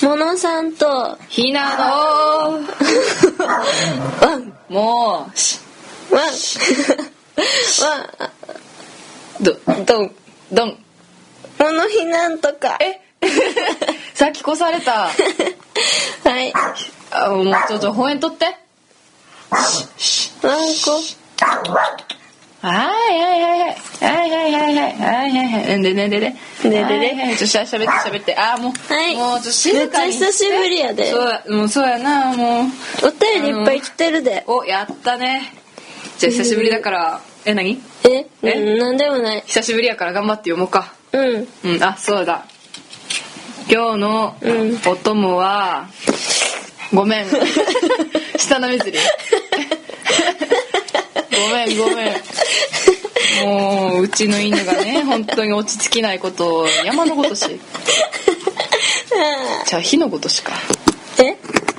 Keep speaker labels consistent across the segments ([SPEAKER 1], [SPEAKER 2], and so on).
[SPEAKER 1] 野さん と
[SPEAKER 2] ひなの
[SPEAKER 1] ワン
[SPEAKER 2] もうし
[SPEAKER 1] ワン
[SPEAKER 2] ど
[SPEAKER 1] ワンドン
[SPEAKER 2] どん
[SPEAKER 1] モノヒなんとか
[SPEAKER 2] え さっき越された
[SPEAKER 1] はい
[SPEAKER 2] あもうちょっと本園取って
[SPEAKER 1] ワンコ
[SPEAKER 2] はいはいはいはいはいはいはいはいはいはいねねね
[SPEAKER 1] ね
[SPEAKER 2] ね
[SPEAKER 1] ねね
[SPEAKER 2] はいはいちょっとしゃしゃべってしゃべってあーもう、
[SPEAKER 1] はい
[SPEAKER 2] もうちょっと静かにして
[SPEAKER 1] めっちゃ久しぶりやで
[SPEAKER 2] そうやもうそうやなもう
[SPEAKER 1] お便りいっぱい来てるで
[SPEAKER 2] おやったねじゃあ久しぶりだからえ何
[SPEAKER 1] え
[SPEAKER 2] え
[SPEAKER 1] うんなんでもない
[SPEAKER 2] 久しぶりやから頑張って読もうか
[SPEAKER 1] うん
[SPEAKER 2] うんあそうだ今日の
[SPEAKER 1] うん
[SPEAKER 2] お供は、ごめん下の水りごめんごめんもううちの犬がね本当に落ち着きないことを山のご としじゃあ火のごとしか
[SPEAKER 1] え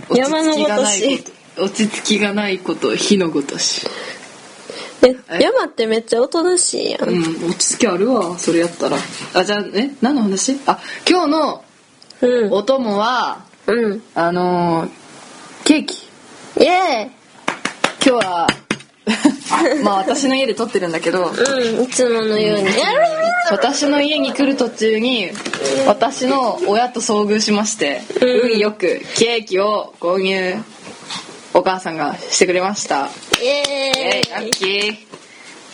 [SPEAKER 2] 落
[SPEAKER 1] 山の
[SPEAKER 2] ち
[SPEAKER 1] ご
[SPEAKER 2] 着きが
[SPEAKER 1] と
[SPEAKER 2] ない
[SPEAKER 1] し
[SPEAKER 2] こと落ち着きがないこと火のごとし
[SPEAKER 1] え
[SPEAKER 2] え
[SPEAKER 1] 山ってめっちゃおとなしいやん
[SPEAKER 2] うん落ち着きあるわそれやったらあじゃあえ何の話あ今日の
[SPEAKER 1] うん
[SPEAKER 2] お供は
[SPEAKER 1] うん
[SPEAKER 2] あのーケーキ
[SPEAKER 1] イエ
[SPEAKER 2] 今日 はまあ私の家で撮ってるんだけど
[SPEAKER 1] ーイうんいつものよ うにやる
[SPEAKER 2] 私の家に来る途中に私の親と遭遇しまして
[SPEAKER 1] うん
[SPEAKER 2] 運よくケーキを購入お母さんがしてくれました
[SPEAKER 1] イ
[SPEAKER 2] え
[SPEAKER 1] エ
[SPEAKER 2] ー、ラ
[SPEAKER 1] ー
[SPEAKER 2] ッ
[SPEAKER 1] イ
[SPEAKER 2] キー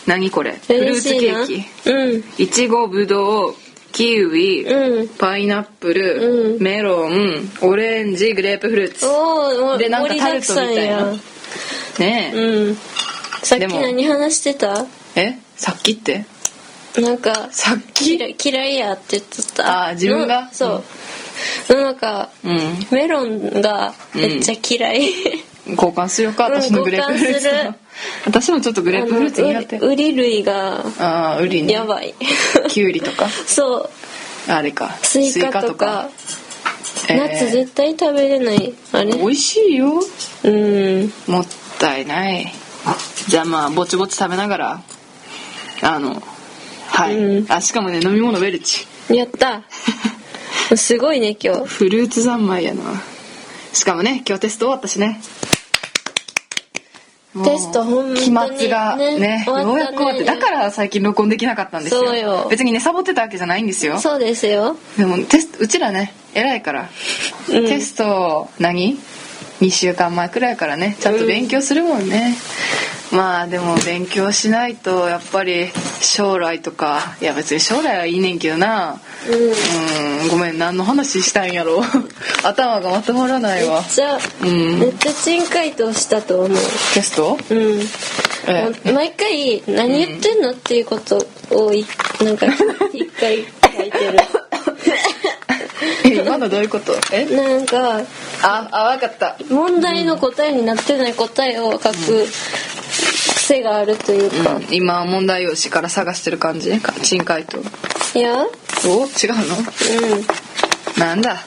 [SPEAKER 2] 何これフルー
[SPEAKER 1] 嬉
[SPEAKER 2] ツ
[SPEAKER 1] しい
[SPEAKER 2] ケ
[SPEAKER 1] な
[SPEAKER 2] ーキいちごぶどうキウイ
[SPEAKER 1] うんうん
[SPEAKER 2] パイナップル、
[SPEAKER 1] うん
[SPEAKER 2] メロンオレンジグレープフルーツ
[SPEAKER 1] おお
[SPEAKER 2] でなんかタルトみたいなねえ、
[SPEAKER 1] うんさっき
[SPEAKER 2] でも
[SPEAKER 1] 何話してた
[SPEAKER 2] えさっきって
[SPEAKER 1] なんか
[SPEAKER 2] さっき
[SPEAKER 1] 嫌い嫌いやって言ってた
[SPEAKER 2] あー自分が
[SPEAKER 1] うんそう、なんか
[SPEAKER 2] うん
[SPEAKER 1] メロンがめっちゃ嫌い、
[SPEAKER 2] 交換するか
[SPEAKER 1] うん
[SPEAKER 2] 私のグレープフルーツ
[SPEAKER 1] 交換する
[SPEAKER 2] の私もちょっとグレープフルーツ苦
[SPEAKER 1] あ
[SPEAKER 2] 手
[SPEAKER 1] のウリウリ類が
[SPEAKER 2] ああウリね
[SPEAKER 1] やばい
[SPEAKER 2] キュウリとか
[SPEAKER 1] そう
[SPEAKER 2] あれか
[SPEAKER 1] スイカとか
[SPEAKER 2] スイカとか
[SPEAKER 1] 夏絶対食べれないあ
[SPEAKER 2] えー美
[SPEAKER 1] れ
[SPEAKER 2] 味しいよ
[SPEAKER 1] うん
[SPEAKER 2] もったいないじゃあまあぼちぼち食べながらあのはい、
[SPEAKER 1] うん
[SPEAKER 2] あしかもね飲み物ウェルチ
[SPEAKER 1] やった すごいね今日
[SPEAKER 2] フルーツ三昧やなしかもね今日テスト終わったしねもう
[SPEAKER 1] テストほんとに
[SPEAKER 2] 期末がね
[SPEAKER 1] ね終わったね
[SPEAKER 2] ようやく終わってだから最近録音できなかったんですよ
[SPEAKER 1] そうよ
[SPEAKER 2] 別にねサボってたわけじゃないんですよ
[SPEAKER 1] そうですよ
[SPEAKER 2] でもテストうちらね偉いから、
[SPEAKER 1] うん
[SPEAKER 2] テスト何2週間前くらいからねちゃんと勉強するもんね、まあでも勉強しないとやっぱり将来とかいや別に将来はいいねんけどな
[SPEAKER 1] うん
[SPEAKER 2] うんごめん何の話したんやろ 頭がまとまらないわ
[SPEAKER 1] じゃあ、
[SPEAKER 2] うん
[SPEAKER 1] めっちゃ珍回答したと思う
[SPEAKER 2] テスト
[SPEAKER 1] うん
[SPEAKER 2] え
[SPEAKER 1] もう 毎回何言ってんのっていうことをいなんか一回書いてる
[SPEAKER 2] え今のどういうことえ
[SPEAKER 1] なんか
[SPEAKER 2] ああわかった
[SPEAKER 1] 問題の答えになってない答えを書く癖があるというか、
[SPEAKER 2] うん今問題用紙から探してる感じか珍解答
[SPEAKER 1] いやうん
[SPEAKER 2] お違うのなんだ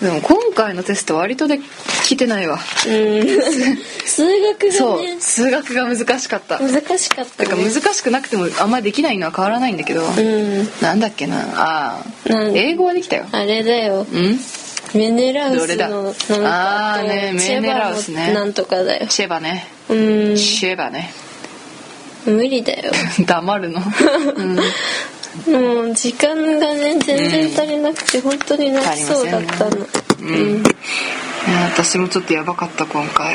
[SPEAKER 2] でも今回のテスト割とできてないわ
[SPEAKER 1] うん 数学が
[SPEAKER 2] そう
[SPEAKER 1] ね
[SPEAKER 2] 数学が難しかっただ
[SPEAKER 1] 難しかった
[SPEAKER 2] から
[SPEAKER 1] ね
[SPEAKER 2] 難しくなくてもあんまりできないのは変わらないんだけど、
[SPEAKER 1] うん
[SPEAKER 2] なんだっけなあー
[SPEAKER 1] なん
[SPEAKER 2] 英語はできたよ
[SPEAKER 1] あれだよ
[SPEAKER 2] うん
[SPEAKER 1] メネラウスのなん
[SPEAKER 2] どれだ
[SPEAKER 1] か
[SPEAKER 2] あーね
[SPEAKER 1] とチェバ
[SPEAKER 2] メネラウスね
[SPEAKER 1] のなんとかだよ
[SPEAKER 2] シェバね
[SPEAKER 1] うん
[SPEAKER 2] シェバね
[SPEAKER 1] 無理だよ
[SPEAKER 2] 黙るのうん
[SPEAKER 1] もう時間がね全然足りなくて、本当に泣きそうだったの、
[SPEAKER 2] ん
[SPEAKER 1] うん
[SPEAKER 2] いや私もちょっとやばかった今回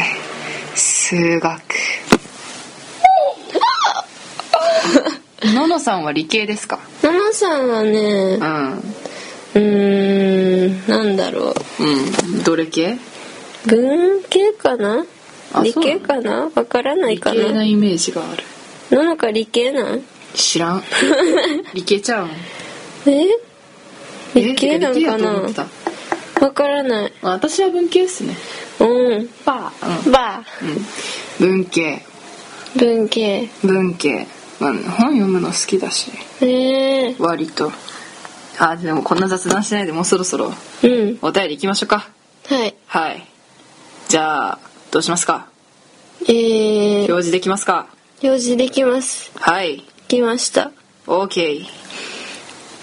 [SPEAKER 2] 数学ののさんは理系ですか
[SPEAKER 1] ママさんはね
[SPEAKER 2] うん
[SPEAKER 1] うーんなんだろ
[SPEAKER 2] うんどれ系
[SPEAKER 1] う文系かな
[SPEAKER 2] あ
[SPEAKER 1] 理系かなわからない
[SPEAKER 2] 理
[SPEAKER 1] か
[SPEAKER 2] 系
[SPEAKER 1] な
[SPEAKER 2] なイメージがある
[SPEAKER 1] ののか理系なん
[SPEAKER 2] 知らん 理系ちゃうん
[SPEAKER 1] え
[SPEAKER 2] え
[SPEAKER 1] 理系なん
[SPEAKER 2] 理
[SPEAKER 1] か
[SPEAKER 2] やと思って
[SPEAKER 1] な
[SPEAKER 2] た
[SPEAKER 1] わからない
[SPEAKER 2] あ私は文系っすね
[SPEAKER 1] うん
[SPEAKER 2] バー
[SPEAKER 1] ば
[SPEAKER 2] うん、うん、文系
[SPEAKER 1] 文系
[SPEAKER 2] 文系、まあ、本読むの好きだし
[SPEAKER 1] えー、
[SPEAKER 2] 割とあでもこんな雑談しないでもうそろそろ
[SPEAKER 1] うん
[SPEAKER 2] お便り行きましょうか
[SPEAKER 1] はい
[SPEAKER 2] はいじゃあどうしますか
[SPEAKER 1] えー、
[SPEAKER 2] 表示できますか
[SPEAKER 1] 表示できます
[SPEAKER 2] はい
[SPEAKER 1] できました
[SPEAKER 2] OK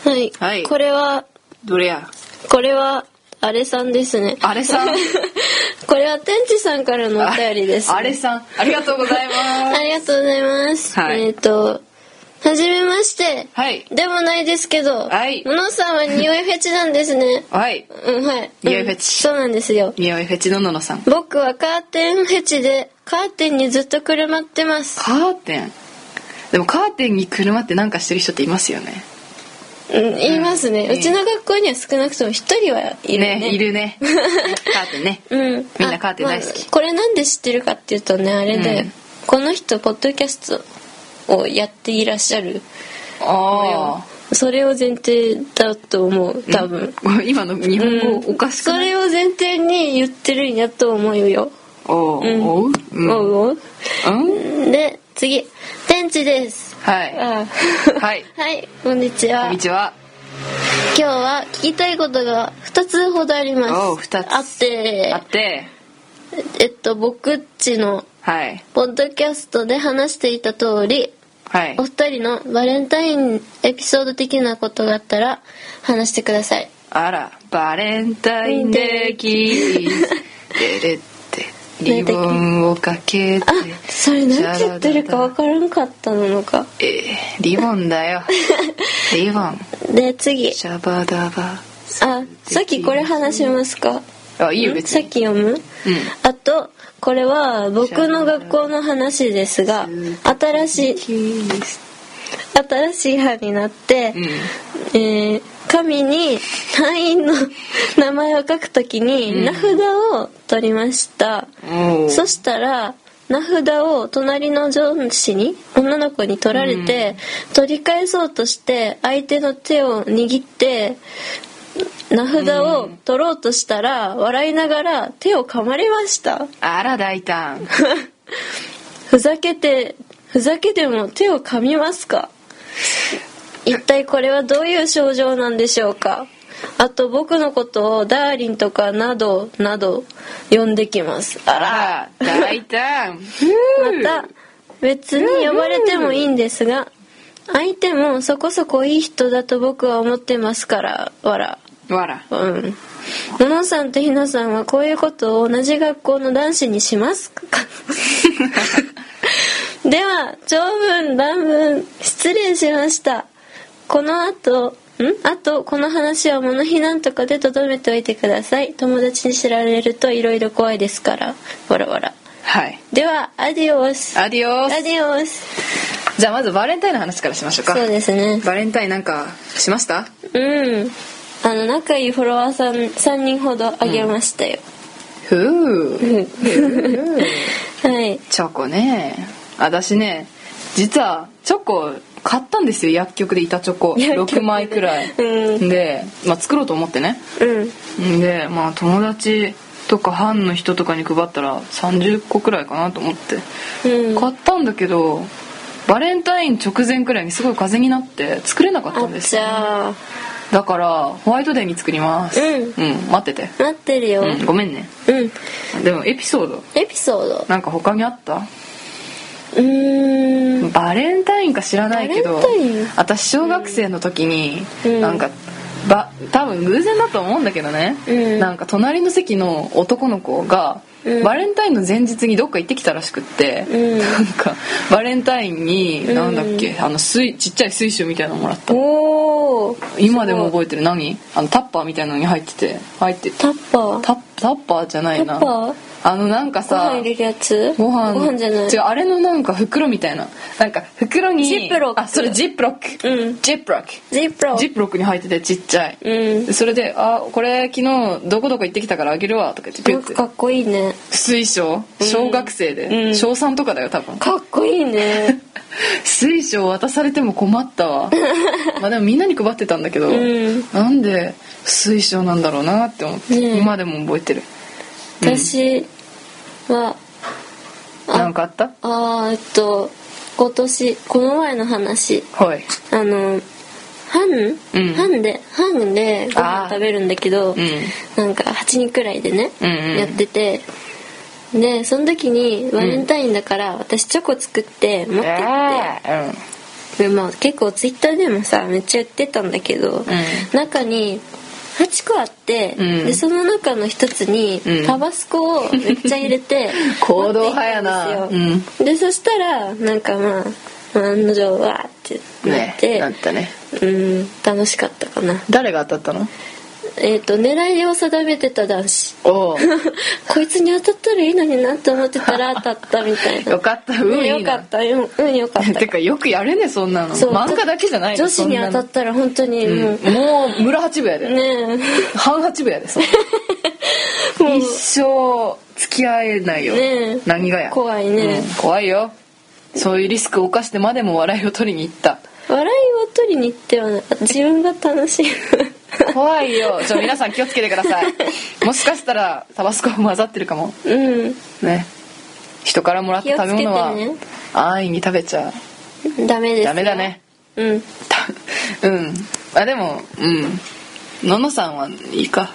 [SPEAKER 1] はい、
[SPEAKER 2] はい
[SPEAKER 1] これは
[SPEAKER 2] どれや
[SPEAKER 1] これはあれさんですね
[SPEAKER 2] あれさん
[SPEAKER 1] これは天地さんからのお便りです、ね、
[SPEAKER 2] あれさんありがとうございま
[SPEAKER 1] ありがとうございます。
[SPEAKER 2] はい
[SPEAKER 1] えっ、と、はじめまして。
[SPEAKER 2] はい
[SPEAKER 1] でもないですけど、
[SPEAKER 2] はい。
[SPEAKER 1] ののさんは匂いフェチなんですね
[SPEAKER 2] すはい
[SPEAKER 1] うん、はい。
[SPEAKER 2] 匂い
[SPEAKER 1] うん
[SPEAKER 2] フェチ
[SPEAKER 1] そうなんですよ。
[SPEAKER 2] 匂いフェチのののさん
[SPEAKER 1] 僕はカーテンフェチで、カーテンにずっとくるまってます。
[SPEAKER 2] カーテンでもカーテンに車ってなんかしてる人っていますよね
[SPEAKER 1] うん、言いますね、
[SPEAKER 2] う
[SPEAKER 1] う
[SPEAKER 2] ん
[SPEAKER 1] ちの学校には少なくとも一人はいるね。
[SPEAKER 2] いるねカーテンね
[SPEAKER 1] うん、
[SPEAKER 2] みんな
[SPEAKER 1] あ
[SPEAKER 2] カーテン大好き
[SPEAKER 1] まあこれなんで知ってるかっていうとねあれで、
[SPEAKER 2] うん
[SPEAKER 1] この人ポッドキャストをやっていらっしゃる
[SPEAKER 2] ああ
[SPEAKER 1] それを前提だと思う多分、
[SPEAKER 2] 今の日本語おかしく
[SPEAKER 1] そ
[SPEAKER 2] ない、
[SPEAKER 1] れを前提に言ってるんやと思うよ、
[SPEAKER 2] おう
[SPEAKER 1] うん
[SPEAKER 2] おううん
[SPEAKER 1] おうおう
[SPEAKER 2] うん
[SPEAKER 1] で次天地です
[SPEAKER 2] はい
[SPEAKER 1] あ
[SPEAKER 2] はい
[SPEAKER 1] はいこんにちは
[SPEAKER 2] こんにちは
[SPEAKER 1] 今日は聞きたいことが2つほどあります
[SPEAKER 2] おう二つ
[SPEAKER 1] あって
[SPEAKER 2] あって
[SPEAKER 1] えっと僕っちの
[SPEAKER 2] はい
[SPEAKER 1] ポッドキャストで話していた通り
[SPEAKER 2] はい
[SPEAKER 1] お二人のバレンタインエピソード的なことがあったら話してください
[SPEAKER 2] あらバレンタインデーキーてれってリボンをかけて
[SPEAKER 1] あそれ何て言ってるか分からんかったなのか
[SPEAKER 2] えーリボンだよ リボン
[SPEAKER 1] で次
[SPEAKER 2] シャバダバ
[SPEAKER 1] あさっきこれ話しますか
[SPEAKER 2] あいいよ別
[SPEAKER 1] さっ
[SPEAKER 2] に
[SPEAKER 1] き読む、あとこれは僕の学校の話ですが新しい新しい班になって、
[SPEAKER 2] うん
[SPEAKER 1] えー紙に隊員の名前を書くときに名札を取りました、
[SPEAKER 2] おー
[SPEAKER 1] そしたら名札を隣の上司に女の子に取られて、取り返そうとして相手の手を握って名札を取ろうとしたら、笑いながら手を噛まれました
[SPEAKER 2] あら大胆
[SPEAKER 1] ふざけてふざけても手を噛みますか一体これはどういう症状なんでしょうかあと僕のことをダーリンとかなどなど呼んできますあら
[SPEAKER 2] あら大胆
[SPEAKER 1] また別に呼ばれてもいいんですが相手もそこそこいい人だと僕は思ってますからわら
[SPEAKER 2] わら
[SPEAKER 1] うんののさんとひなさんはこういうことを同じ学校の男子にしますかでは長文乱文失礼しましたこの後んあとこの話は物避難とかでとどめておいてください友達に知られるといろいろ怖いですからわらわら
[SPEAKER 2] はい
[SPEAKER 1] ではアディオス
[SPEAKER 2] アディオ
[SPEAKER 1] ア
[SPEAKER 2] ス
[SPEAKER 1] ディオス
[SPEAKER 2] じゃあまずバレンタインの話からしましょうか
[SPEAKER 1] そうですね
[SPEAKER 2] バレンタインなんかしました
[SPEAKER 1] うんあの仲いいフォロワーさん3人ほどあげましたよ、
[SPEAKER 2] ふう
[SPEAKER 1] はい
[SPEAKER 2] チョコね私ね実はチョコ買ったんですよ薬局で板チョコ
[SPEAKER 1] 薬局で
[SPEAKER 2] 6枚くらい、
[SPEAKER 1] う
[SPEAKER 2] で、まあ、作ろうと思ってね
[SPEAKER 1] うん
[SPEAKER 2] でまあ友達とか班の人とかに配ったら30個くらいかなと思って
[SPEAKER 1] うん
[SPEAKER 2] 買ったんだけどバレンタイン直前くらいにすごい風邪になって作れなかったん
[SPEAKER 1] あ
[SPEAKER 2] です
[SPEAKER 1] じ
[SPEAKER 2] よ
[SPEAKER 1] ゃあ
[SPEAKER 2] だからホワイトデーに作ります
[SPEAKER 1] うん
[SPEAKER 2] うん、待ってて、
[SPEAKER 1] 待ってるよ、う
[SPEAKER 2] うんん、ごめんねでもエピソード
[SPEAKER 1] エピソード
[SPEAKER 2] なんか他にあった
[SPEAKER 1] うーん
[SPEAKER 2] バレンタインか知らないけど
[SPEAKER 1] バレンタイン
[SPEAKER 2] 私小学生の時に、
[SPEAKER 1] うん
[SPEAKER 2] なんかば多分偶然だと思うんだけどね、
[SPEAKER 1] うん
[SPEAKER 2] なんか隣の席の男の子が、
[SPEAKER 1] うん
[SPEAKER 2] バレンタインの前日にどっか行ってきたらしくって、
[SPEAKER 1] うん
[SPEAKER 2] なんかバレンタインに
[SPEAKER 1] うん
[SPEAKER 2] なんだっけ、あの水ちっちゃい水晶みたいなのもらった
[SPEAKER 1] おお
[SPEAKER 2] 今でも覚えてる何あのタッパーみたいなのに入ってて入ってた
[SPEAKER 1] タッパー
[SPEAKER 2] タッタッパーじゃない
[SPEAKER 1] タ
[SPEAKER 2] な
[SPEAKER 1] ッパー
[SPEAKER 2] あのなんか
[SPEAKER 1] ご
[SPEAKER 2] さ
[SPEAKER 1] 飯入れるやつ
[SPEAKER 2] ご飯
[SPEAKER 1] ご飯じゃない
[SPEAKER 2] 違うあれのなんか袋みたいななんか袋に
[SPEAKER 1] ジップロック
[SPEAKER 2] あそれジップロック、
[SPEAKER 1] うん
[SPEAKER 2] ジップロック
[SPEAKER 1] ジップロ
[SPEAKER 2] ジップロックに入っててちっちゃい、
[SPEAKER 1] うん
[SPEAKER 2] それで「あこれ昨日どこどこ行ってきたからあげるわ」とか言ってピ
[SPEAKER 1] な
[SPEAKER 2] ュ
[SPEAKER 1] ん
[SPEAKER 2] っ
[SPEAKER 1] か
[SPEAKER 2] て
[SPEAKER 1] かっこいいね
[SPEAKER 2] 水晶小学生で、
[SPEAKER 1] うん
[SPEAKER 2] 小3とかだよ多分
[SPEAKER 1] かっこいいね
[SPEAKER 2] 水晶渡されても困っ たわまあでもみんなに配ってたんだけど、
[SPEAKER 1] うん
[SPEAKER 2] なんで水晶なんだろうなって思って、
[SPEAKER 1] ねえ
[SPEAKER 2] 今でも覚えてるうん
[SPEAKER 1] 私はあ
[SPEAKER 2] なんかあった
[SPEAKER 1] あーえっと今年この前の話
[SPEAKER 2] はい
[SPEAKER 1] あの半、
[SPEAKER 2] うん
[SPEAKER 1] 半で半でご飯
[SPEAKER 2] あー
[SPEAKER 1] 食べるんだけど、
[SPEAKER 2] うん
[SPEAKER 1] なんか8人くらいでね、
[SPEAKER 2] うんうん
[SPEAKER 1] やっててでその時にバレンタインだから私チョコ作って持ってって、
[SPEAKER 2] え
[SPEAKER 1] でまあ、結構ツイッターでもさめっちゃ売ってたんだけど、
[SPEAKER 2] ん
[SPEAKER 1] 中に8個あって、
[SPEAKER 2] うん
[SPEAKER 1] でその中の一つに
[SPEAKER 2] うん
[SPEAKER 1] タバスコをめっちゃ入れ て
[SPEAKER 2] 行動派やな
[SPEAKER 1] 持っていったんですよでそしたらなんかまあまあ案の定わーってな
[SPEAKER 2] ね
[SPEAKER 1] っ、
[SPEAKER 2] なってたね
[SPEAKER 1] うん楽しかったかな
[SPEAKER 2] 誰が当たったの
[SPEAKER 1] えっ、と狙いを定めてた男子
[SPEAKER 2] おお
[SPEAKER 1] こいつに当たったらいいのになって思ってたら当たったみたいな
[SPEAKER 2] よか った運いいな
[SPEAKER 1] よかったうん運よかった
[SPEAKER 2] てかよくやるねそんなの
[SPEAKER 1] そう
[SPEAKER 2] 漫画だけじゃないの
[SPEAKER 1] 女子に当たったら本当に
[SPEAKER 2] そんな
[SPEAKER 1] もう
[SPEAKER 2] の、うんもう村八部やで、
[SPEAKER 1] ね
[SPEAKER 2] 半八部やでそんな
[SPEAKER 1] え もう
[SPEAKER 2] 一生付き合えないよ、
[SPEAKER 1] ねえ
[SPEAKER 2] 何がや
[SPEAKER 1] 怖いね
[SPEAKER 2] うん怖いよそういうリスクを犯してまでも笑いを取りに 行った
[SPEAKER 1] 笑いを取りに行ってはない自分が楽しい
[SPEAKER 2] 怖いよじゃあ皆さん気をつけてくださいもしかしたらタバスコ混ざってるかも
[SPEAKER 1] うん
[SPEAKER 2] ね人からもらった食べ物は
[SPEAKER 1] 気をつけて
[SPEAKER 2] 安易に食べちゃ
[SPEAKER 1] ダメですよ
[SPEAKER 2] ダメだね
[SPEAKER 1] うん
[SPEAKER 2] た うんあでもうんののさんはいいか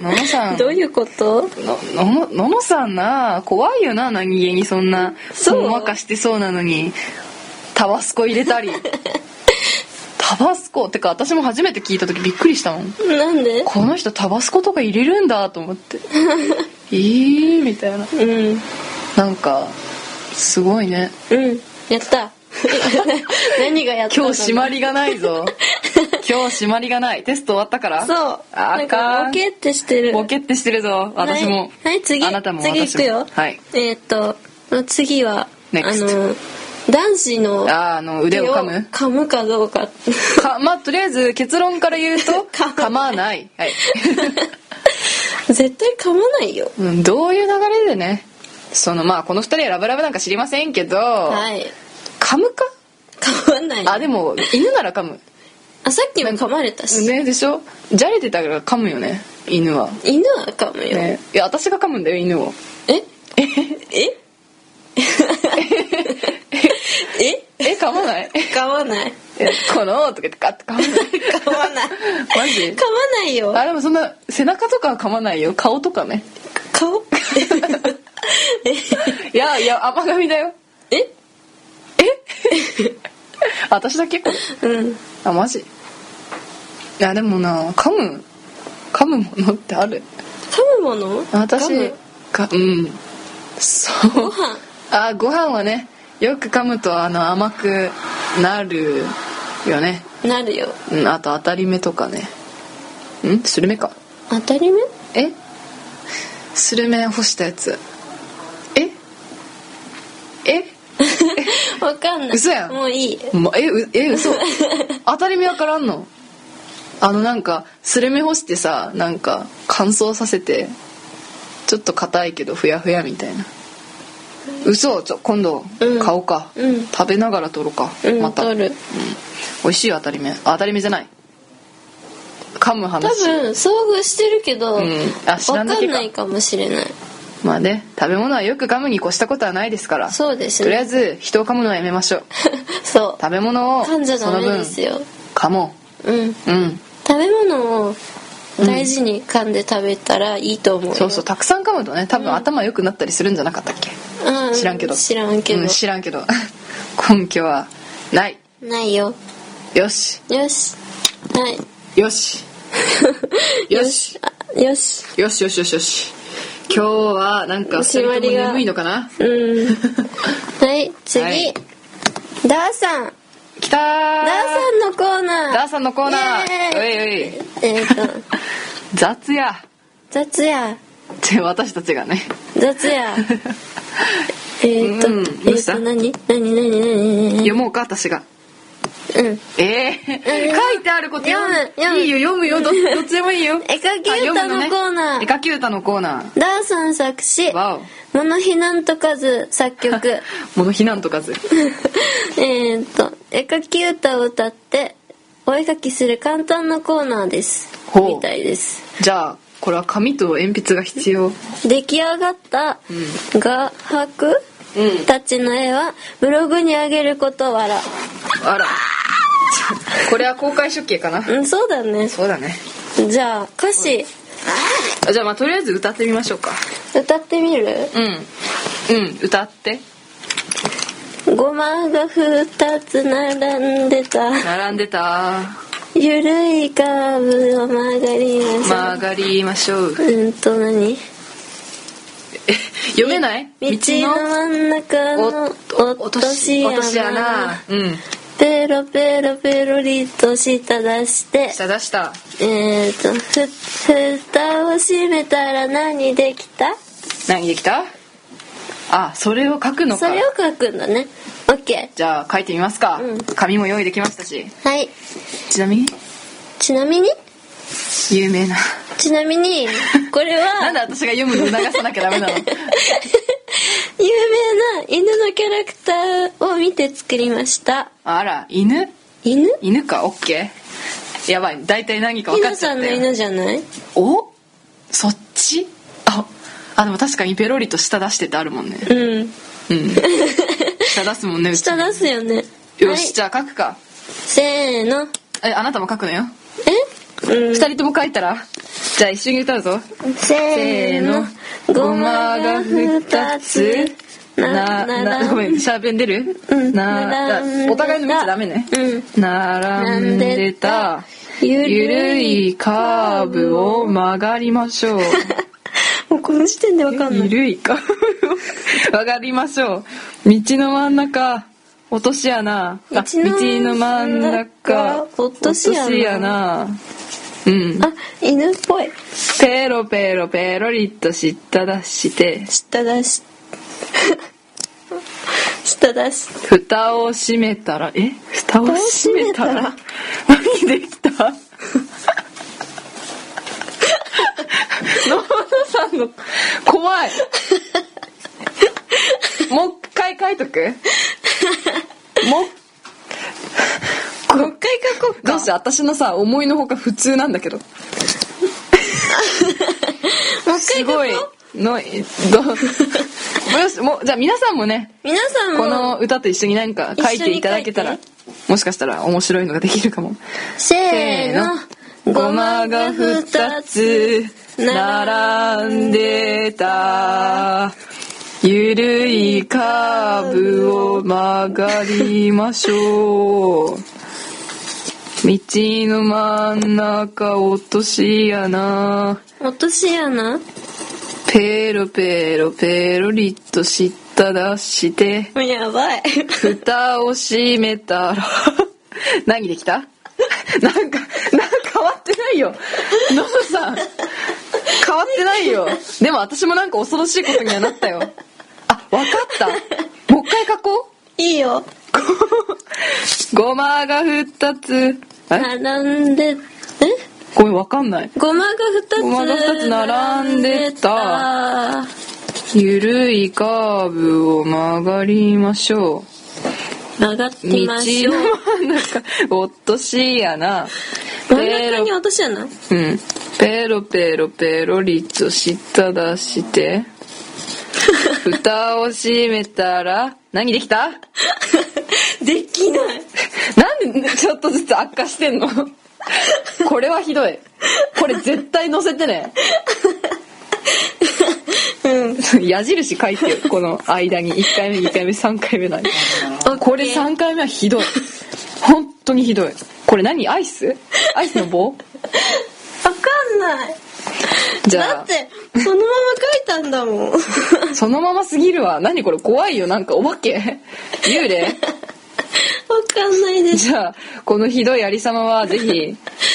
[SPEAKER 2] ののさん
[SPEAKER 1] どういうこと
[SPEAKER 2] のののののさんな怖いよな何気にそんな
[SPEAKER 1] そう
[SPEAKER 2] ほんわかしてそうなのにタバスコ入れたりタバスコってか私も初めて聞いた時びっくりしたもん
[SPEAKER 1] なんで
[SPEAKER 2] この人タバスコとか入れるんだと思ってえーみたいな
[SPEAKER 1] うん
[SPEAKER 2] なんかすごいね
[SPEAKER 1] うんやった 何がやったの
[SPEAKER 2] 今日締まりがな いぞ今日締まりがないテスト終わったから
[SPEAKER 1] そう
[SPEAKER 2] あ
[SPEAKER 1] なん
[SPEAKER 2] か
[SPEAKER 1] か
[SPEAKER 2] ん
[SPEAKER 1] ボケってしてる
[SPEAKER 2] ボケってしてるぞ私も
[SPEAKER 1] はい、はい次
[SPEAKER 2] あなたも
[SPEAKER 1] 次行
[SPEAKER 2] 私も
[SPEAKER 1] くよ
[SPEAKER 2] はい
[SPEAKER 1] えーっと次は
[SPEAKER 2] Next
[SPEAKER 1] あの男子の
[SPEAKER 2] あーあの腕を噛む
[SPEAKER 1] 噛むかどうか
[SPEAKER 2] かまあとりあえず結論から言うと
[SPEAKER 1] 噛
[SPEAKER 2] 噛まない、はい
[SPEAKER 1] 絶対噛まないよ
[SPEAKER 2] うん、どういう流れでねそのまあこの2人はラブラブなんか知りませんけど、
[SPEAKER 1] はい
[SPEAKER 2] 噛むか
[SPEAKER 1] 噛まない
[SPEAKER 2] あでも犬なら噛む
[SPEAKER 1] あさっきも噛まれたし、
[SPEAKER 2] ねでしょじゃれてたから噛むよね犬は、
[SPEAKER 1] 犬は噛むよ、
[SPEAKER 2] ね、いや私が噛むんだよ犬を
[SPEAKER 1] え ええ
[SPEAKER 2] え噛まない
[SPEAKER 1] 噛ま ない
[SPEAKER 2] えこのとか言ってガッて噛まない
[SPEAKER 1] 噛まない
[SPEAKER 2] マジ
[SPEAKER 1] 噛まないよ
[SPEAKER 2] あでもそんな背中とかは噛まないよ顔とかね
[SPEAKER 1] 顔
[SPEAKER 2] いやいや甘噛みだよ
[SPEAKER 1] ええ
[SPEAKER 2] 私だけこれ
[SPEAKER 1] うん
[SPEAKER 2] あマジいやでもな噛む噛むものってある
[SPEAKER 1] 噛むもの
[SPEAKER 2] 私
[SPEAKER 1] 噛む
[SPEAKER 2] かうんそう
[SPEAKER 1] ご飯
[SPEAKER 2] あご飯はねよく噛むとあの甘くなるよね
[SPEAKER 1] なるよ
[SPEAKER 2] うんあと当たり目とかねんスルメか
[SPEAKER 1] 当たり目
[SPEAKER 2] えスルメ干したやつええ
[SPEAKER 1] わかんない
[SPEAKER 2] 嘘やん
[SPEAKER 1] もういい
[SPEAKER 2] ま、えうえ嘘 当たり目わからんのあのなんかスルメ干してさなんか乾燥させてちょっと硬いけどふやふやみたいな嘘ちょ今度
[SPEAKER 1] うん
[SPEAKER 2] 買おうか、
[SPEAKER 1] うん
[SPEAKER 2] 食べながら取ろうか、
[SPEAKER 1] うん、
[SPEAKER 2] また
[SPEAKER 1] 取る
[SPEAKER 2] 美味しいよ当たり目あ当たり目じゃない噛む
[SPEAKER 1] 多
[SPEAKER 2] 話
[SPEAKER 1] 分遭遇してるけど、
[SPEAKER 2] う
[SPEAKER 1] わ
[SPEAKER 2] んあ知ら
[SPEAKER 1] か
[SPEAKER 2] んだけ
[SPEAKER 1] ん
[SPEAKER 2] か
[SPEAKER 1] ないかもしれない
[SPEAKER 2] まあね食べ物はよく噛むに越したことはないですから
[SPEAKER 1] そうです
[SPEAKER 2] とりあ
[SPEAKER 1] ね
[SPEAKER 2] えず人を噛むのはやめまし ょう
[SPEAKER 1] そ
[SPEAKER 2] 食べ物
[SPEAKER 1] う
[SPEAKER 2] を
[SPEAKER 1] 噛んじゃ
[SPEAKER 2] そ
[SPEAKER 1] ダ
[SPEAKER 2] の
[SPEAKER 1] メ
[SPEAKER 2] 分
[SPEAKER 1] ですよ
[SPEAKER 2] 噛も
[SPEAKER 1] うん
[SPEAKER 2] ううん
[SPEAKER 1] 食べ物を大事に噛んで食べたらいいと思うよ
[SPEAKER 2] そうそうたくさん噛むとね多分頭良くなったりするんじゃなかったっけ、
[SPEAKER 1] うん
[SPEAKER 2] 知らんけど
[SPEAKER 1] 知らんけど、
[SPEAKER 2] うん、知らんけど 根拠はない
[SPEAKER 1] ないよ
[SPEAKER 2] よし
[SPEAKER 1] よしはい
[SPEAKER 2] よしよし
[SPEAKER 1] あよし
[SPEAKER 2] よしよしよしよし今日はなんか2人とも眠いのかな
[SPEAKER 1] うんはい次、
[SPEAKER 2] はい
[SPEAKER 1] ダーさん
[SPEAKER 2] きたー
[SPEAKER 1] ダーさんのコーナー
[SPEAKER 2] ダーさんのコーナー
[SPEAKER 1] イ
[SPEAKER 2] お
[SPEAKER 1] エーイ
[SPEAKER 2] いおい
[SPEAKER 1] えっ、と
[SPEAKER 2] 雑や
[SPEAKER 1] 雑や
[SPEAKER 2] って私たちがね
[SPEAKER 1] 雑 やえっと、
[SPEAKER 2] うん
[SPEAKER 1] え
[SPEAKER 2] どう
[SPEAKER 1] っ
[SPEAKER 2] した
[SPEAKER 1] と何何何何何何
[SPEAKER 2] 読もうか私が
[SPEAKER 1] うん
[SPEAKER 2] えー、書いてあること読む
[SPEAKER 1] 読む読む
[SPEAKER 2] いいよ読むよどどっちでも いいよ
[SPEAKER 1] 絵描き歌のコーナー
[SPEAKER 2] あ読むのね絵描き歌のコーナ
[SPEAKER 1] ダーさん作詞
[SPEAKER 2] ーわ
[SPEAKER 1] 「モノヒなんとかず」作曲
[SPEAKER 2] おもの避難とかず
[SPEAKER 1] えーっと絵描き歌を歌ってお絵描きする簡単なコーナーです
[SPEAKER 2] ほう
[SPEAKER 1] みたいです
[SPEAKER 2] じゃあこれは紙と鉛筆が必要
[SPEAKER 1] 出来上がった画伯
[SPEAKER 2] うん
[SPEAKER 1] たちの絵はブログに上げることをわら
[SPEAKER 2] あらちょこれは公開処刑かな
[SPEAKER 1] うんそうだね
[SPEAKER 2] そうだね
[SPEAKER 1] じゃあ歌詞
[SPEAKER 2] あじゃあまあとりあえず歌ってみましょうか
[SPEAKER 1] 歌ってみる
[SPEAKER 2] うんうん歌って
[SPEAKER 1] ごまが二つ並んでた
[SPEAKER 2] 並んでた
[SPEAKER 1] ゆるいカーブを曲がりましょう、
[SPEAKER 2] 曲がりましょう
[SPEAKER 1] うんと何
[SPEAKER 2] 読めない
[SPEAKER 1] 道の真ん中の
[SPEAKER 2] お
[SPEAKER 1] 落とし
[SPEAKER 2] 落とし
[SPEAKER 1] 穴
[SPEAKER 2] 穴うん
[SPEAKER 1] ペロペロペロリと舌出して
[SPEAKER 2] 下出した
[SPEAKER 1] えー、とふ蓋を閉めたら何できた
[SPEAKER 2] 何できたあそれを書くの
[SPEAKER 1] そ
[SPEAKER 2] か
[SPEAKER 1] れを書くんだね OK
[SPEAKER 2] じゃあ書いてみますか、
[SPEAKER 1] うん
[SPEAKER 2] 紙も用意できましたし
[SPEAKER 1] はい
[SPEAKER 2] ちなみに
[SPEAKER 1] ちなみに
[SPEAKER 2] 有名 な
[SPEAKER 1] ちなみ にこれは
[SPEAKER 2] なんで私が読むの促さなきゃダメなの
[SPEAKER 1] 有名な犬のキャラクターを見て作りました
[SPEAKER 2] あら犬
[SPEAKER 1] 犬
[SPEAKER 2] 犬かオッケーやばい大体何か
[SPEAKER 1] ひ
[SPEAKER 2] 分かっ
[SPEAKER 1] な
[SPEAKER 2] ちゃ
[SPEAKER 1] さ
[SPEAKER 2] っ
[SPEAKER 1] ん
[SPEAKER 2] た
[SPEAKER 1] の
[SPEAKER 2] よ
[SPEAKER 1] 犬じゃない
[SPEAKER 2] おそっちああでも確かにペロリと舌出してってあるもんね
[SPEAKER 1] うん
[SPEAKER 2] うん舌出すもんねう ち
[SPEAKER 1] 下出すよね
[SPEAKER 2] よ
[SPEAKER 1] はい
[SPEAKER 2] し、じゃあ書くか
[SPEAKER 1] せーの
[SPEAKER 2] えあなたも書くのよ
[SPEAKER 1] えうん
[SPEAKER 2] 二人とも書いたらじゃあ一緒に歌うぞ
[SPEAKER 1] せーのごまが二つ
[SPEAKER 2] ななごめんシャーペン出る、
[SPEAKER 1] うん
[SPEAKER 2] な
[SPEAKER 1] 並んで
[SPEAKER 2] だお互いの見ちゃダメね、
[SPEAKER 1] うん
[SPEAKER 2] 並んでた
[SPEAKER 1] ゆ
[SPEAKER 2] ゆるいカーブを曲がりましょう
[SPEAKER 1] もうこの時点でわかんな
[SPEAKER 2] ゆ
[SPEAKER 1] い
[SPEAKER 2] るいカーブを曲がりましょう道の真ん中落とし穴
[SPEAKER 1] 道
[SPEAKER 2] あ
[SPEAKER 1] の真ん中落とし穴
[SPEAKER 2] 落とし穴うん
[SPEAKER 1] あ犬っぽい
[SPEAKER 2] ペロペロペロリっと舌出して
[SPEAKER 1] 下出し 下出し
[SPEAKER 2] 蓋を閉めたらえ蓋を閉めたら何できた野原さんの怖いもう一回書いとくもう
[SPEAKER 1] もう一回書こう
[SPEAKER 2] どうして私のさ思いのほか普通なんだけど
[SPEAKER 1] もう一
[SPEAKER 2] す
[SPEAKER 1] 回書こ
[SPEAKER 2] ごいうのいどうよしもうじゃあ皆さんもね
[SPEAKER 1] 皆さん
[SPEAKER 2] こ
[SPEAKER 1] も
[SPEAKER 2] の歌と一緒に何か書いていただけた
[SPEAKER 1] 一緒
[SPEAKER 2] ら
[SPEAKER 1] に
[SPEAKER 2] もしかしたら面白いのができるかも
[SPEAKER 1] せーの
[SPEAKER 2] ごまが二つ並んでたゆるいカーブを曲がりましょう道の真ん中落とし穴
[SPEAKER 1] 落とし穴
[SPEAKER 2] ペロペロペロリっと舌出して
[SPEAKER 1] やばい
[SPEAKER 2] 蓋を閉めたら 何できた なんかなんか変わってないよのどさん変わってないよでも私もなんか恐ろしいことにはなったよあわかったもう一回書こ
[SPEAKER 1] いいよ
[SPEAKER 2] うごまが2つえ
[SPEAKER 1] 並んでえ
[SPEAKER 2] ごめんわかんない
[SPEAKER 1] ごまが二つ
[SPEAKER 2] ごまが二つ並んでたゆるいカーブを曲がりましょう
[SPEAKER 1] 曲がっ
[SPEAKER 2] 道の
[SPEAKER 1] てましょう
[SPEAKER 2] 真ん中落とし穴
[SPEAKER 1] 真ん中に落とし穴
[SPEAKER 2] うん。ペロペロペロリと舌出して、蓋を閉めたら、何できた
[SPEAKER 1] できない
[SPEAKER 2] なんでちょっとずつ悪化してんのこれはひどい。これ絶対載せてね。
[SPEAKER 1] うん
[SPEAKER 2] 矢印書いてよ、この間に。1回目、2回目、3回目ない。これ3回目はひどい。本当にひどい。これ何アイスアイスの棒
[SPEAKER 1] わかんない
[SPEAKER 2] じゃあ。
[SPEAKER 1] だってそのまま書いたんだもん
[SPEAKER 2] そのまますぎるわ。何これ怖いよ。なんかお化け幽霊
[SPEAKER 1] わかんないです
[SPEAKER 2] じゃあ、このひどいありさまは ぜひ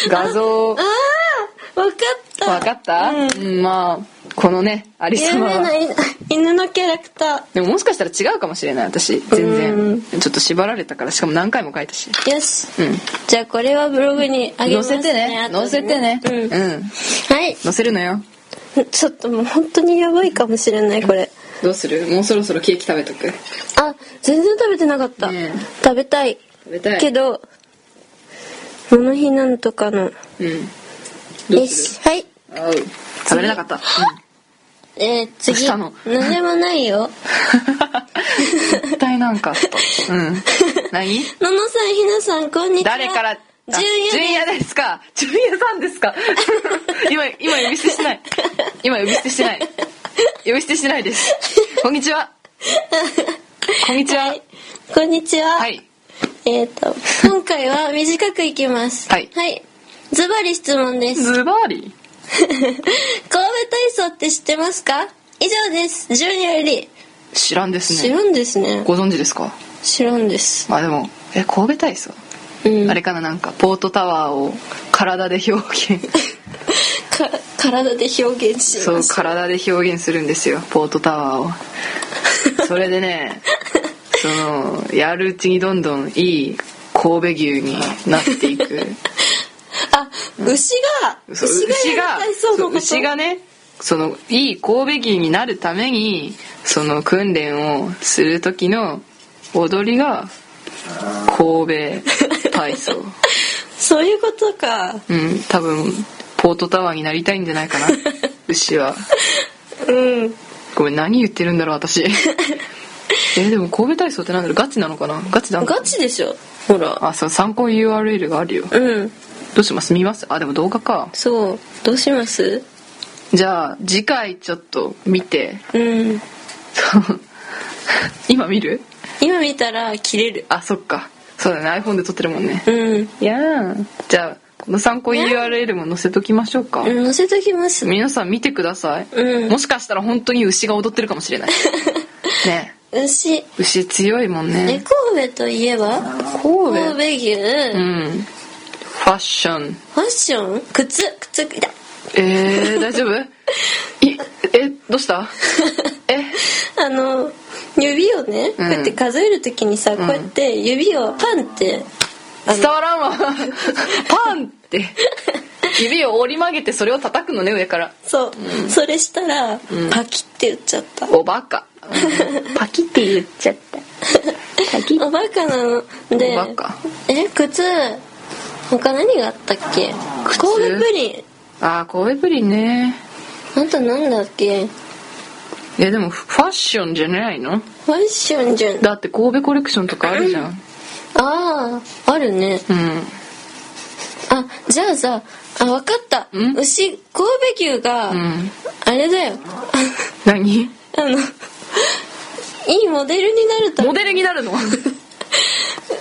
[SPEAKER 2] 画像、わ
[SPEAKER 1] ああわかった
[SPEAKER 2] かった、
[SPEAKER 1] うん
[SPEAKER 2] うんまあ、このね、ありさ
[SPEAKER 1] 有
[SPEAKER 2] ま
[SPEAKER 1] 名な
[SPEAKER 2] は。
[SPEAKER 1] 犬犬のキャラクタ
[SPEAKER 2] でももしかしたら違うかもしれない私全
[SPEAKER 1] う
[SPEAKER 2] 然
[SPEAKER 1] ん
[SPEAKER 2] ちょっと縛られたからしかも何回も書いたし
[SPEAKER 1] ーよし
[SPEAKER 2] うん
[SPEAKER 1] じゃあこれはブログにあげ
[SPEAKER 2] 載
[SPEAKER 1] ます
[SPEAKER 2] せてね
[SPEAKER 1] 後
[SPEAKER 2] 載
[SPEAKER 1] で
[SPEAKER 2] せてね
[SPEAKER 1] うん
[SPEAKER 2] うん
[SPEAKER 1] はい
[SPEAKER 2] 載せるのよ
[SPEAKER 1] ちょっともう本当にやばいかもしれないこれ
[SPEAKER 2] どうするもうそろそろケーキ食べとく
[SPEAKER 1] あ全然食べてなかった、
[SPEAKER 2] ねえ
[SPEAKER 1] 食べたい
[SPEAKER 2] 食べたい
[SPEAKER 1] けど「モノヒなんとかの」
[SPEAKER 2] うんど
[SPEAKER 1] よ
[SPEAKER 2] うす
[SPEAKER 1] しはい
[SPEAKER 2] るあう食べれなかった、うん
[SPEAKER 1] えー、次
[SPEAKER 2] どうしたの
[SPEAKER 1] 何でもないよ
[SPEAKER 2] 絶対なんかあったうん何
[SPEAKER 1] ののさんひなさんこんにちは
[SPEAKER 2] 誰からあ
[SPEAKER 1] 純也で
[SPEAKER 2] 純也ですか純也さんですか 今今呼び捨てしない今呼び捨てしない呼び捨てしないですこんにちはこんにちは
[SPEAKER 1] すこんにちは、
[SPEAKER 2] はい
[SPEAKER 1] えっ、と今回は短くいきます
[SPEAKER 2] はい
[SPEAKER 1] ズバリ質問です神戸
[SPEAKER 2] ズバリ
[SPEAKER 1] 体操って知ってますか以上ですジュニアより
[SPEAKER 2] 知らんです
[SPEAKER 1] 知
[SPEAKER 2] ね
[SPEAKER 1] らんですね
[SPEAKER 2] ご存知ですか
[SPEAKER 1] 知らんです、
[SPEAKER 2] まあでもえ神戸体操、
[SPEAKER 1] うん、
[SPEAKER 2] あれかななんかポートタワーを体で表現
[SPEAKER 1] か体で表現し
[SPEAKER 2] そう
[SPEAKER 1] ます
[SPEAKER 2] 体で表現するんですよポートタワ ーをそれでねそのやるうちにどんどんいい神戸牛になっていく
[SPEAKER 1] あ牛が
[SPEAKER 2] そう
[SPEAKER 1] 牛がやりたいそうな
[SPEAKER 2] そ
[SPEAKER 1] こ
[SPEAKER 2] う
[SPEAKER 1] と
[SPEAKER 2] 牛がねそのいい神戸牛になるためにその訓練をする時の踊りが神戸 体操
[SPEAKER 1] そういうことか
[SPEAKER 2] うん多分ポートタワーになりたいんじゃないかな牛は
[SPEAKER 1] うん
[SPEAKER 2] ごめん何言ってるんだろう 私えでも神戸体操ってなんだろうガチなのかなガチだ
[SPEAKER 1] ガチでしょほら
[SPEAKER 2] あそう参考 URL があるよ
[SPEAKER 1] うん
[SPEAKER 2] どうします見ますあでも動画か
[SPEAKER 1] そうどうします
[SPEAKER 2] じゃあ次回ちょっと見て
[SPEAKER 1] うん
[SPEAKER 2] そう今見る
[SPEAKER 1] 今見たら切れる
[SPEAKER 2] あそっかそうだね iPhone で撮ってるもんね
[SPEAKER 1] うん
[SPEAKER 2] いやーじゃあこの参考 URL も載せときましょうか
[SPEAKER 1] うん載せときます
[SPEAKER 2] 皆さん見てください、
[SPEAKER 1] うん
[SPEAKER 2] もしかしたら本当に牛が踊ってるかも しれないね
[SPEAKER 1] 牛
[SPEAKER 2] 牛強いもん
[SPEAKER 1] え
[SPEAKER 2] ね
[SPEAKER 1] 神戸といえば
[SPEAKER 2] 神
[SPEAKER 1] 神戸
[SPEAKER 2] 戸
[SPEAKER 1] 牛、
[SPEAKER 2] うんファッション
[SPEAKER 1] ファッション靴靴痛い
[SPEAKER 2] えー、大 丈夫いえどうしたえ
[SPEAKER 1] あの指をね、こうやって数えるときにさ、こうやって指をパンって
[SPEAKER 2] 伝わらんわパンって指を折り曲げてそれを叩くのね上から
[SPEAKER 1] そう、それしたら、パキって言っちゃった
[SPEAKER 2] おバカ、うん パキって言っちゃったパキ
[SPEAKER 1] おバカなので
[SPEAKER 2] おバカ
[SPEAKER 1] え靴他何があったっけ
[SPEAKER 2] 靴
[SPEAKER 1] 神戸プリン
[SPEAKER 2] あー神戸プリンね
[SPEAKER 1] あとなんだっけ
[SPEAKER 2] えでもファッションじゃないの
[SPEAKER 1] ファッションじゃんあ
[SPEAKER 2] だって神戸コレクションとかあるじゃん
[SPEAKER 1] あーあるね
[SPEAKER 2] うん
[SPEAKER 1] あじゃあさあわかった
[SPEAKER 2] ん
[SPEAKER 1] 牛神戸牛が、
[SPEAKER 2] うん
[SPEAKER 1] あれだよ
[SPEAKER 2] 何
[SPEAKER 1] あのいいモデルになるため
[SPEAKER 2] モデルになる の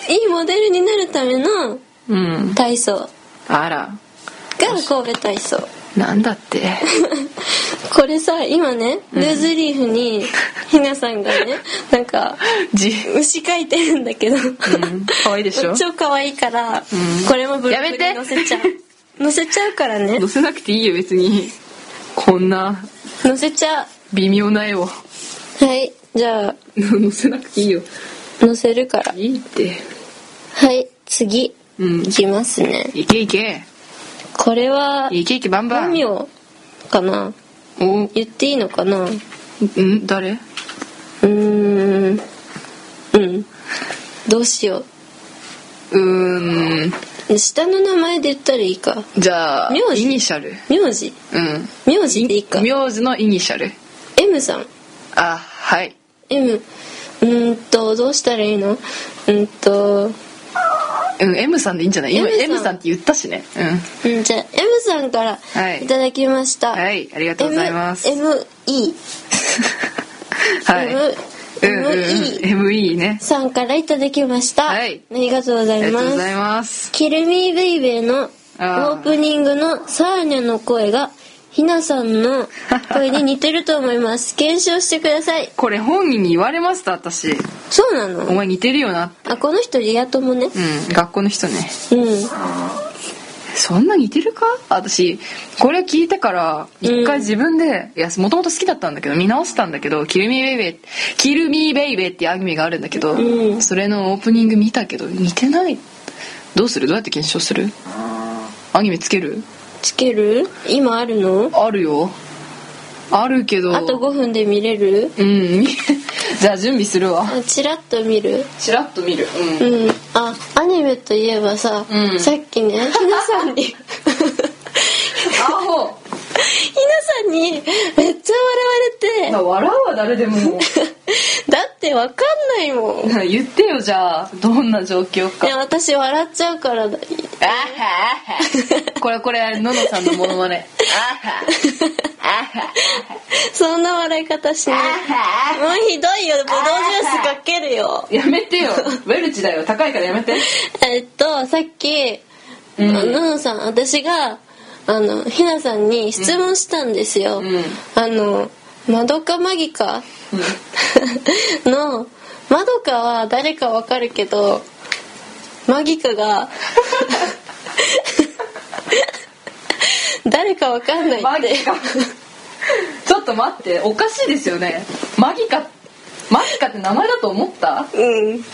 [SPEAKER 1] いいモデルになるための
[SPEAKER 2] うん
[SPEAKER 1] 体操
[SPEAKER 2] あら
[SPEAKER 1] が神戸体操
[SPEAKER 2] なんだって
[SPEAKER 1] これさ今ねルーズリーフにひなさんがねなんか
[SPEAKER 2] じ
[SPEAKER 1] 牛描いてるんだけど、
[SPEAKER 2] 可愛いでしょ
[SPEAKER 1] 超可愛いから、これもブログに
[SPEAKER 2] や
[SPEAKER 1] 載
[SPEAKER 2] めて
[SPEAKER 1] せちゃう載せちゃうから ね
[SPEAKER 2] 載せなくていいよ別にこんな
[SPEAKER 1] 載せちゃう
[SPEAKER 2] 微妙な絵を
[SPEAKER 1] はいじゃあ
[SPEAKER 2] 載せなくていいよ
[SPEAKER 1] 載せるから
[SPEAKER 2] いいって
[SPEAKER 1] はい次
[SPEAKER 2] うん
[SPEAKER 1] いきますね
[SPEAKER 2] いけいけ
[SPEAKER 1] これはい
[SPEAKER 2] けいけバンバ
[SPEAKER 1] 本
[SPEAKER 2] ン
[SPEAKER 1] 名かな
[SPEAKER 2] お
[SPEAKER 1] 言っていいのかなん
[SPEAKER 2] 誰
[SPEAKER 1] うーんうんどうしよ
[SPEAKER 2] うーん
[SPEAKER 1] う下の名前で言ったらいいか
[SPEAKER 2] じゃあ
[SPEAKER 1] 名字
[SPEAKER 2] イニシャル
[SPEAKER 1] 名字
[SPEAKER 2] うん
[SPEAKER 1] 名字でいいか
[SPEAKER 2] 名字のイニシャル
[SPEAKER 1] M さん
[SPEAKER 2] あはい
[SPEAKER 1] M うーんとどうしたらいいのうーんと
[SPEAKER 2] うん M さんでいいんじゃない今
[SPEAKER 1] M さん
[SPEAKER 2] M さんって言ったしねう
[SPEAKER 1] うんじゃあ M さんから
[SPEAKER 2] はい
[SPEAKER 1] いただきました、
[SPEAKER 2] んはいありがとうございます、
[SPEAKER 1] M E
[SPEAKER 2] はい
[SPEAKER 1] M
[SPEAKER 2] うんうん
[SPEAKER 1] M E
[SPEAKER 2] M E ね
[SPEAKER 1] さんからいただきました、
[SPEAKER 2] はい
[SPEAKER 1] ありがとうござ
[SPEAKER 2] あり
[SPEAKER 1] い
[SPEAKER 2] が
[SPEAKER 1] ま
[SPEAKER 2] とう
[SPEAKER 1] す
[SPEAKER 2] ございます
[SPEAKER 1] キルミーベイベーの
[SPEAKER 2] あー
[SPEAKER 1] オープニングのサーニャの声がひなさんの声に似てると思います 検証してください
[SPEAKER 2] これ本人に言われました私
[SPEAKER 1] そうな
[SPEAKER 2] お
[SPEAKER 1] の
[SPEAKER 2] 前似てるよな
[SPEAKER 1] あこの人リア友ね
[SPEAKER 2] うん学校の人ね
[SPEAKER 1] うん
[SPEAKER 2] そんな似てるか私これ聞いてから一回自分で、いやもともと好きだったんだけど見直したんだけど「キルミーベイベー」「キルミーベイベー」っていうアニメがあるんだけど、
[SPEAKER 1] うん
[SPEAKER 2] それのオープニング見たけど似てないどうするどうやって検証するアニメつける
[SPEAKER 1] つける今あるの
[SPEAKER 2] あるよあるけど
[SPEAKER 1] あと5分で見れる
[SPEAKER 2] うんじゃあ準備するわ
[SPEAKER 1] あチラッと見る
[SPEAKER 2] チラッと見るうん
[SPEAKER 1] うんあアニメといえばさ、
[SPEAKER 2] うん
[SPEAKER 1] さっき ねひなさんに ひな
[SPEAKER 2] アホ
[SPEAKER 1] さんにめっちゃ笑われて
[SPEAKER 2] 笑うわ誰でも
[SPEAKER 1] だってわかんないもん
[SPEAKER 2] 言ってよじゃあどんな状況
[SPEAKER 1] い
[SPEAKER 2] か
[SPEAKER 1] や私笑っちゃうからだ
[SPEAKER 2] あは はこれこれののさんのモノマネあは
[SPEAKER 1] そんな笑な言い方しないもうひどいよブドウジュースかけるよ
[SPEAKER 2] やめてよウェルチだよ高いからやめて
[SPEAKER 1] えっとさっき
[SPEAKER 2] うん
[SPEAKER 1] ナナ、さん私があのひなさんに質問したんですよ、
[SPEAKER 2] うん
[SPEAKER 1] あのマドカマギカ
[SPEAKER 2] う ん
[SPEAKER 1] のマドカは誰かわかるけどマギカが誰かわかんない
[SPEAKER 2] マ
[SPEAKER 1] っ
[SPEAKER 2] ギ
[SPEAKER 1] て
[SPEAKER 2] カちょっと待っておかしいですよねマギカマギカって名前だと思った
[SPEAKER 1] うん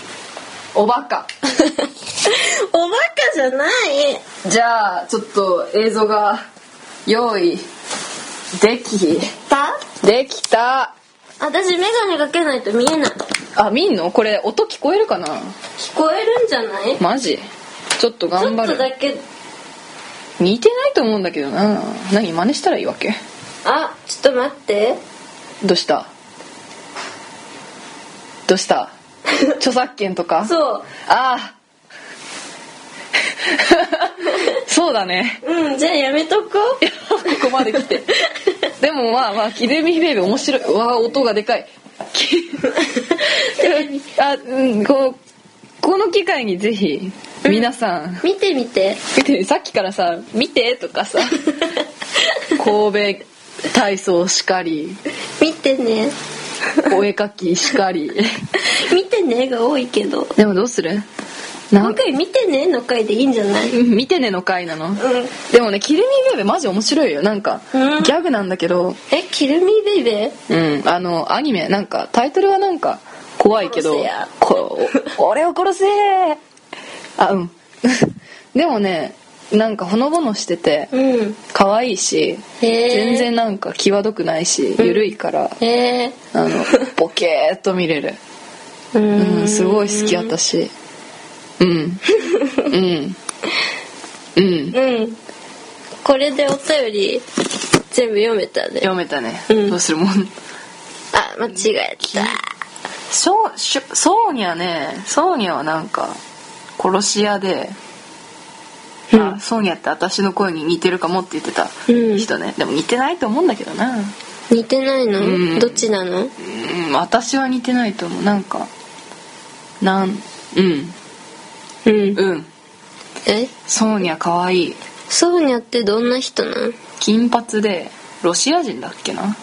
[SPEAKER 2] おバカ
[SPEAKER 1] おバカじゃない
[SPEAKER 2] じゃあちょっと映像が用意でき
[SPEAKER 1] だ
[SPEAKER 2] できた
[SPEAKER 1] 私眼鏡かけないと見えない
[SPEAKER 2] あ見んのこれ音聞こえるかな
[SPEAKER 1] 聞こえるんじゃない
[SPEAKER 2] マジちょっと
[SPEAKER 1] ちょ
[SPEAKER 2] 頑
[SPEAKER 1] っ
[SPEAKER 2] 張
[SPEAKER 1] と
[SPEAKER 2] る
[SPEAKER 1] だけ
[SPEAKER 2] 似てないと思うんだけどな何真似したらいいわけ
[SPEAKER 1] あちょっと待って
[SPEAKER 2] どうしたどうした著作権と か
[SPEAKER 1] そう
[SPEAKER 2] ああ そうだね
[SPEAKER 1] うんじゃあやめとこう
[SPEAKER 2] ここまで来てでもまあまあキレミヒベイベ面白いうわ音がで かいきあ、うん、こうこの機会にぜひ皆さん、
[SPEAKER 1] 見てみて
[SPEAKER 2] 見てさっきからさ「見て」と かさ神戸体操しかり
[SPEAKER 1] 見てね
[SPEAKER 2] お絵描きしかり
[SPEAKER 1] 見てねが多いけど
[SPEAKER 2] でもどうするなん
[SPEAKER 1] 今回見てねの回でいいんじゃない
[SPEAKER 2] うん見てねの回なの
[SPEAKER 1] うん
[SPEAKER 2] でもね「キレミヒベイベイ」マジ面白いよなんか、
[SPEAKER 1] うん
[SPEAKER 2] ギャグなんだけど
[SPEAKER 1] えキルミーベイベー
[SPEAKER 2] うん、あのアニメなんかタイトルはなんか怖いけど
[SPEAKER 1] 殺せや
[SPEAKER 2] 「こお俺を殺せ!」あうん でもねなんかほのぼのしてて
[SPEAKER 1] うん
[SPEAKER 2] 可愛いし
[SPEAKER 1] へえ
[SPEAKER 2] 全然なんか際どくないし緩いから、
[SPEAKER 1] へえ
[SPEAKER 2] あのボケーっと見れる、
[SPEAKER 1] う
[SPEAKER 2] うん、すごい好き
[SPEAKER 1] やった
[SPEAKER 2] 私うんうんうん
[SPEAKER 1] うんこれでお便り全部読めたね
[SPEAKER 2] 読めたね、
[SPEAKER 1] うん
[SPEAKER 2] どうするもん
[SPEAKER 1] あ間違えた
[SPEAKER 2] そうしょソーニャねソーニャはなんか殺し屋で、
[SPEAKER 1] うん
[SPEAKER 2] あソーニャって私の声に似てるかもって言ってた
[SPEAKER 1] うん
[SPEAKER 2] 人ね、でも似てないと思うんだけどな、
[SPEAKER 1] 似てないの、
[SPEAKER 2] うん
[SPEAKER 1] どっちなの
[SPEAKER 2] うん、私は似てないと思うなんかなんうん
[SPEAKER 1] うん
[SPEAKER 2] うん
[SPEAKER 1] え
[SPEAKER 2] ソーニャかわいい
[SPEAKER 1] ソーニャってどんな人なの
[SPEAKER 2] 金髪でロシア人だっけな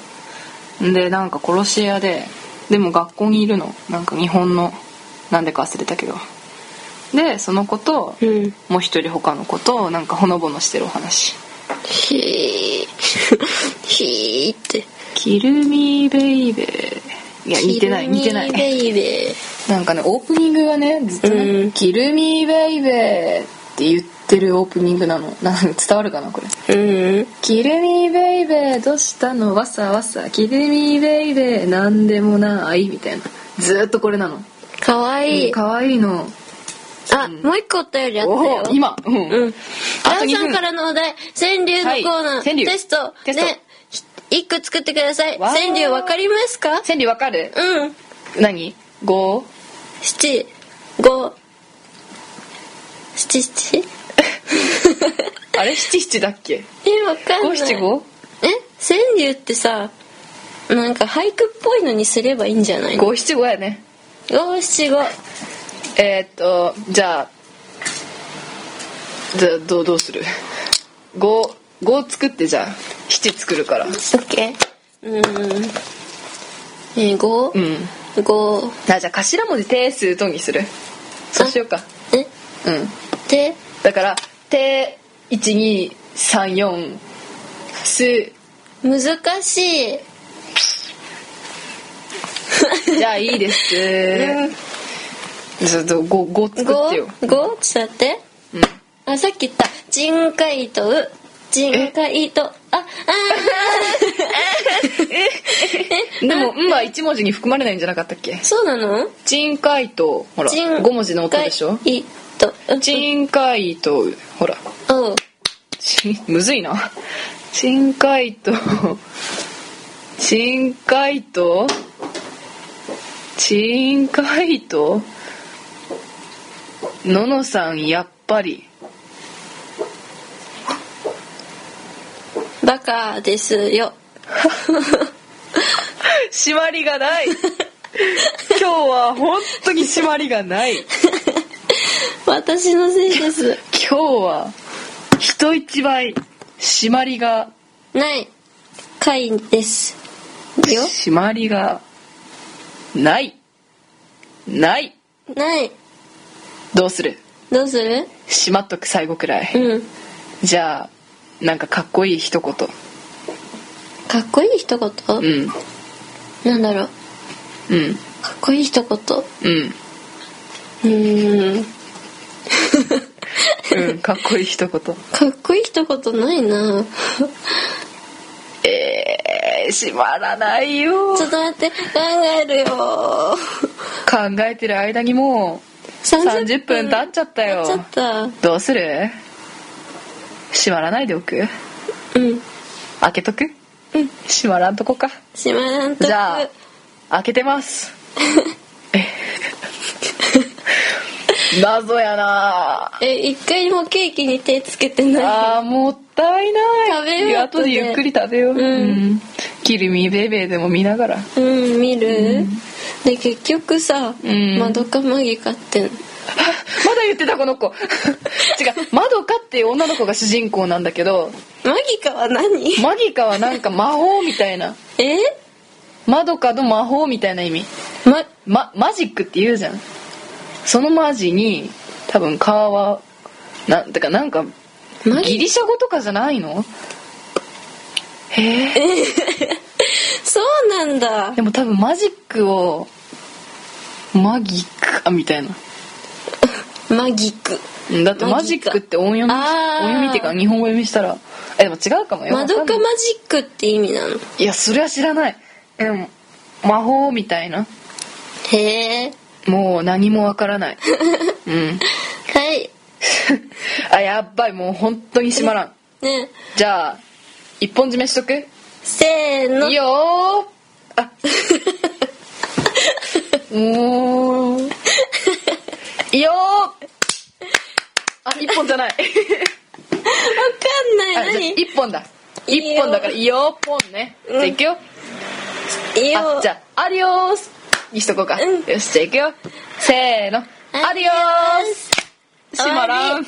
[SPEAKER 2] でなんか殺し屋ででも学校にいるのなんか日本のなんでか忘れたけどでその子と
[SPEAKER 1] うん
[SPEAKER 2] もう一人他の子となんかほのぼのしてるお話
[SPEAKER 1] ひー ひーって
[SPEAKER 2] 「キルミーベイベー」いや似てない似てな
[SPEAKER 1] キル
[SPEAKER 2] い
[SPEAKER 1] ミーベイベ
[SPEAKER 2] なんかねオープニングがねずっとね
[SPEAKER 1] うん
[SPEAKER 2] 「キルミーベイベー」って言ってるオープニングなのなん伝わるかなこれ
[SPEAKER 1] ーうん
[SPEAKER 2] 「キルミーベイベーどうしたのわさわさキルミーベイベーなんでもない」みたいなずーっとこれなの
[SPEAKER 1] かわいい、
[SPEAKER 2] かわいいの
[SPEAKER 1] あ、もう一個お便りあったよ
[SPEAKER 2] おー今うん、
[SPEAKER 1] うん
[SPEAKER 2] あ
[SPEAKER 1] ダ
[SPEAKER 2] と
[SPEAKER 1] ン
[SPEAKER 2] 2
[SPEAKER 1] さ
[SPEAKER 2] 分
[SPEAKER 1] んからのお題川柳のコーナー、
[SPEAKER 2] はい川柳
[SPEAKER 1] テスト
[SPEAKER 2] テスト
[SPEAKER 1] ねひ一個作ってください
[SPEAKER 2] わー
[SPEAKER 1] 川柳わかりますか
[SPEAKER 2] 千里わかる
[SPEAKER 1] うん
[SPEAKER 2] 何 ?5?
[SPEAKER 1] 七五七七
[SPEAKER 2] あれ七七だっけ
[SPEAKER 1] えわかんない
[SPEAKER 2] 五七五
[SPEAKER 1] え川柳ってさなんか俳句っぽいのにすればいいんじゃないの
[SPEAKER 2] 五七五やね
[SPEAKER 1] 五七五
[SPEAKER 2] えー、っとじゃあじゃあどうどうする五五作ってじゃあ七作るから
[SPEAKER 1] オッケーうーんえー五
[SPEAKER 2] うん
[SPEAKER 1] 五
[SPEAKER 2] あじゃあ頭文字定数とにするそうしようか
[SPEAKER 1] え
[SPEAKER 2] うん
[SPEAKER 1] で
[SPEAKER 2] だから手一二三四す
[SPEAKER 1] 難しい
[SPEAKER 2] じゃあいいです、ちょっと五五作っ
[SPEAKER 1] 五
[SPEAKER 2] てよ
[SPEAKER 1] 五ちょっと待って
[SPEAKER 2] うん
[SPEAKER 1] あさっき言った人海とう人海とああ
[SPEAKER 2] でも「うん」は一文字に含まれないんじゃなかったっけ
[SPEAKER 1] ーそうなの
[SPEAKER 2] 人海とほら
[SPEAKER 1] 人
[SPEAKER 2] 五文字の音でしょ
[SPEAKER 1] 海とうん
[SPEAKER 2] 人海とほら
[SPEAKER 1] おう
[SPEAKER 2] ち むずいな深海と 深海と深海とののさんやっぱり
[SPEAKER 1] バカですよ
[SPEAKER 2] 締まりがない今日は本当に締まりがない
[SPEAKER 1] 私のせい です
[SPEAKER 2] 今日は人一倍締まりが
[SPEAKER 1] ない回ですよ
[SPEAKER 2] 締まりがないない
[SPEAKER 1] ない
[SPEAKER 2] どうする
[SPEAKER 1] どうする
[SPEAKER 2] 締まっとく最後くらい、
[SPEAKER 1] うん
[SPEAKER 2] じゃあなんかかっこいい一言
[SPEAKER 1] かっこいい一言、
[SPEAKER 2] うん
[SPEAKER 1] なんだろう
[SPEAKER 2] うん
[SPEAKER 1] かっこいい一言う
[SPEAKER 2] うん
[SPEAKER 1] ーん
[SPEAKER 2] う んかっこいい一言
[SPEAKER 1] かっこいい一言ない な
[SPEAKER 2] えー、閉まらないよ
[SPEAKER 1] ちょっと待って考えるよ
[SPEAKER 2] 考えてる間にもう30分経っちゃったよ
[SPEAKER 1] 経っちゃっ
[SPEAKER 2] どうする閉まらないでおく
[SPEAKER 1] たうん
[SPEAKER 2] 開けとく
[SPEAKER 1] うん
[SPEAKER 2] 閉まらんとこか
[SPEAKER 1] しまらんとく
[SPEAKER 2] じゃあ開けてます 謎やな
[SPEAKER 1] え一回もケーキに手つけてない
[SPEAKER 2] あーもったいない
[SPEAKER 1] 食べよう
[SPEAKER 2] 後でゆっくり食べよう、
[SPEAKER 1] ん
[SPEAKER 2] うんキルミーベイベーでも見ながら
[SPEAKER 1] うん見る、で結局さ、
[SPEAKER 2] うん
[SPEAKER 1] マドカマギカって
[SPEAKER 2] まだ言ってたこの子 違うまどかっていう女の子が主人公なんだけど
[SPEAKER 1] マギカは何
[SPEAKER 2] マギカはなんか魔法みたいな
[SPEAKER 1] え
[SPEAKER 2] まどかの魔法みたいな意味
[SPEAKER 1] ま
[SPEAKER 2] ま、マジックって言うじゃんそのマジに多分川はなんだかなんか
[SPEAKER 1] マ
[SPEAKER 2] ギ
[SPEAKER 1] ギ
[SPEAKER 2] リシャ語とかじゃないのへえ
[SPEAKER 1] そうなんだ
[SPEAKER 2] でも多分マジックをマギックみたいな
[SPEAKER 1] マギク
[SPEAKER 2] うんだってマ
[SPEAKER 1] マ
[SPEAKER 2] ジ
[SPEAKER 1] ジ
[SPEAKER 2] ッ
[SPEAKER 1] ック
[SPEAKER 2] クって音読み
[SPEAKER 1] あ
[SPEAKER 2] し
[SPEAKER 1] ー
[SPEAKER 2] 音読みっていうか日本語読みしたらえでも違うかもよ
[SPEAKER 1] マドカマジックって意味なの
[SPEAKER 2] いやそれは知らないえでも魔法みたいな
[SPEAKER 1] へえ
[SPEAKER 2] もう何もわか らないうん
[SPEAKER 1] はい
[SPEAKER 2] あやっばいもう本当に閉まらん
[SPEAKER 1] ね
[SPEAKER 2] じゃあ一本締めしとく
[SPEAKER 1] せーの
[SPEAKER 2] いいよー あも ういいよーあ一本じゃない
[SPEAKER 1] わかん
[SPEAKER 2] あ
[SPEAKER 1] ない
[SPEAKER 2] じゃあ
[SPEAKER 1] 何
[SPEAKER 2] 一本だ
[SPEAKER 1] いいよ
[SPEAKER 2] 一本だからいいよーポンね、
[SPEAKER 1] うん
[SPEAKER 2] じゃあいくよ
[SPEAKER 1] いいよ
[SPEAKER 2] あじゃあアディオースにしとこうか、
[SPEAKER 1] うん
[SPEAKER 2] よしじゃあいくよせーのアディオース閉まらん